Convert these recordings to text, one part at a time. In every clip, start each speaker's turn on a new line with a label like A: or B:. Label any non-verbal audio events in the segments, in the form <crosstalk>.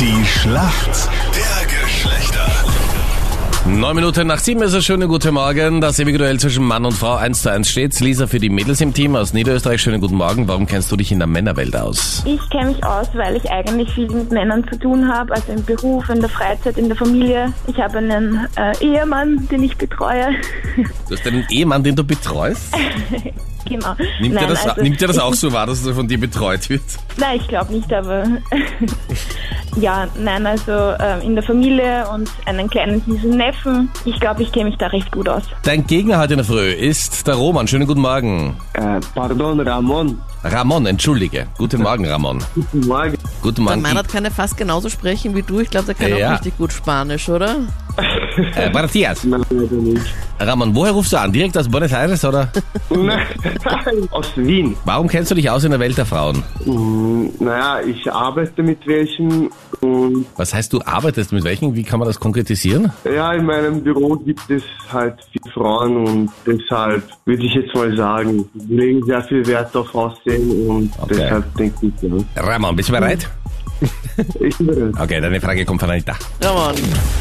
A: Die Schlacht der Geschlechter.
B: Neun Minuten nach sieben ist es. Schönen guten Morgen. Das ewige Duell zwischen Mann und Frau 1 zu 1 steht. Lisa für die Mädels im Team aus Niederösterreich. Schönen guten Morgen. Warum kennst du dich in der Männerwelt aus?
C: Ich kenne mich aus, weil ich eigentlich viel mit Männern zu tun habe, also im Beruf, in der Freizeit, in der Familie. Ich habe einen äh, Ehemann, den ich betreue. <laughs>
B: Du hast einen Ehemann, den du betreust?
C: genau.
B: Nimmt, er, das,
C: also
B: nimmt er das
C: ich,
B: auch so wahr, dass er von dir betreut wird?
C: Nein, ich glaube nicht, aber <laughs> ja, nein, also äh, in der Familie und einen kleinen süßen Neffen. Ich glaube, ich kenne mich da recht gut aus.
B: Dein Gegner heute in der Früh ist der Roman. Schönen guten Morgen.
D: Äh, pardon, Ramon.
B: Ramon, entschuldige. Guten Morgen, Ramon.
D: Guten Morgen.
B: Guten
E: Der
B: Morgen.
E: Meinert kann ja fast genauso sprechen wie du. Ich glaube, der kann
B: Ja.
E: auch richtig gut Spanisch, oder?
B: Äh, buenos días.
D: Nein, leider nicht.
B: Ramon, woher rufst du an? Direkt aus Buenos Aires, oder?
D: Nein, aus Wien.
B: Warum kennst du dich aus in der Welt der Frauen?
D: Hm, Naja, ich arbeite mit welchen und
B: Was heißt, du arbeitest mit welchen? Wie kann man das konkretisieren?
D: ja, in meinem Büro gibt es halt viele Frauen und deshalb würde ich jetzt mal sagen, wir legen sehr viel Wert auf Aussehen und
B: Okay.
D: deshalb denke ich, ja.
B: Ramon, bist du bereit?
D: Ich äh, bin
B: Okay, deine Frage kommt von Anita.
E: Ramon.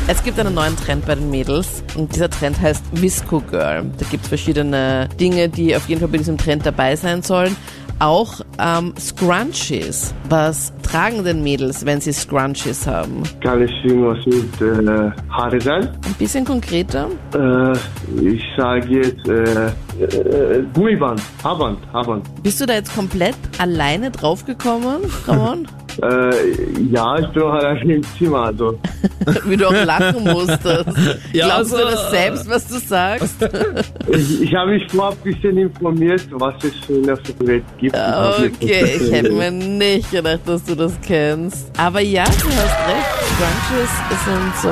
E: Es gibt einen neuen Trend bei den Mädels und dieser Trend heißt Visco Girl. Da gibt es verschiedene Dinge, die auf jeden Fall bei diesem Trend dabei sein sollen. Auch ähm, Scrunchies. Was tragen denn Mädels, wenn sie Scrunchies haben?
D: kann es irgendwas mit äh, Haare sein?
E: Ein bisschen konkreter.
D: Äh, ich sage jetzt äh, äh, Gummiband, Haarband, Haarband.
E: Bist du da jetzt komplett alleine draufgekommen,
B: <laughs>
E: Ramon?
D: Äh, ja, ich bin auch allein im Zimmer, also.
E: Wie du auch lachen musstest.
B: Ja,
E: Glaubst du
B: also-
E: das selbst, was du sagst?
D: Ich, ich habe mich vorab ein bisschen informiert, was es so in der Welt gibt.
E: Okay, ich hätte mir nicht gedacht, dass du das kennst. Aber ja, du hast recht. Scrunches sind so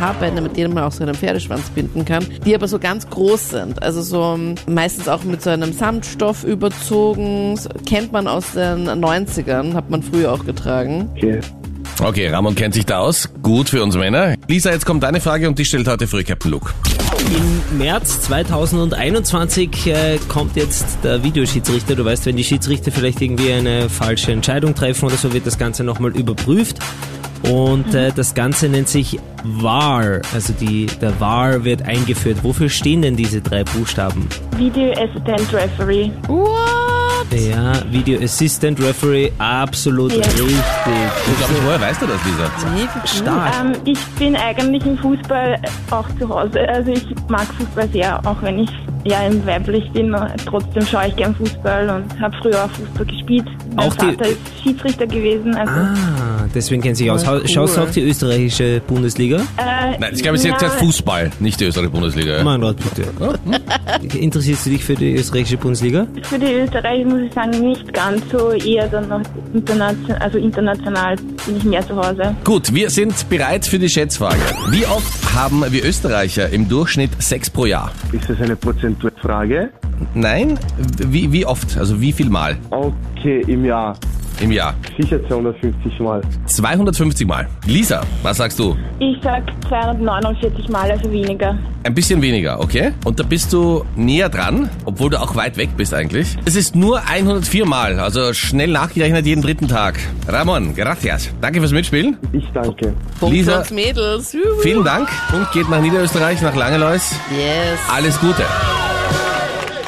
E: Haarbänder, mit denen man auch so einen Pferdeschwanz binden kann, die aber so ganz groß sind. Also so ähm, meistens auch mit so einem Samtstoff überzogen. So, Kennt man aus den 90ern, hat man früher auch getragen.
D: Okay.
B: Okay, Ramon kennt sich da aus. Gut für uns Männer. Lisa, jetzt kommt deine Frage und die stellt heute früh Captain Luke.
F: Im März 2021 äh, kommt jetzt der Videoschiedsrichter. Du weißt, wenn die Schiedsrichter vielleicht irgendwie eine falsche Entscheidung treffen oder so, wird das Ganze nochmal überprüft. Und äh, das Ganze nennt sich VAR. Also die, der VAR wird eingeführt. Wofür stehen denn diese drei Buchstaben?
C: Video Assistant Referee.
E: What?
F: Ja, Video Assistant Referee, absolut
C: Ja.
F: richtig.
B: Ich glaube, woher weißt du das, Lisa?
E: Mega
F: Stark.
C: Ähm, ich bin eigentlich im Fußball auch zu Hause. Also ich mag Fußball sehr, auch wenn ich ja im weiblich bin. Trotzdem schaue ich gern Fußball und habe früher auch Fußball gespielt. Mein
F: Auch die-
C: Vater ist Schiedsrichter gewesen. Also,
F: Ah, deswegen kennt sich aus.
E: Voll
F: Hau- Schaust du
E: cool.
F: auch die österreichische Bundesliga?
C: äh,
B: Nein, ich glaube, es ist jetzt
C: ja,
B: halt Fußball, nicht die österreichische Bundesliga.
F: Mein Gott, bitte. Interessierst du dich für die österreichische Bundesliga?
C: Für die Österreicher muss ich sagen, nicht ganz so. Eher dann noch international, also international bin ich mehr zu Hause.
B: Gut, wir sind bereit für die Schätzfrage. Wie oft haben wir Österreicher im Durchschnitt Sex pro Jahr?
D: Ist das eine prozentuelle Frage?
B: Nein? Wie, wie oft? Also wie viel Mal
D: Okay, im Jahr.
B: im Jahr?
D: Sicher 250 Mal.
B: 250 Mal. Lisa, was sagst du?
C: Ich sag 249 Mal, also weniger.
B: Ein bisschen weniger, okay? Und da bist du näher dran, obwohl du auch weit weg bist eigentlich. Es ist nur 104 Mal, also schnell nachgerechnet jeden dritten Tag. Ramon, gracias. Danke fürs Mitspielen.
D: Ich danke.
E: Punkt
B: Lisa-
E: für uns Mädels. Juhu.
B: Vielen Dank. Punkt geht nach Niederösterreich, nach Langelois.
E: Yes.
B: Alles Gute.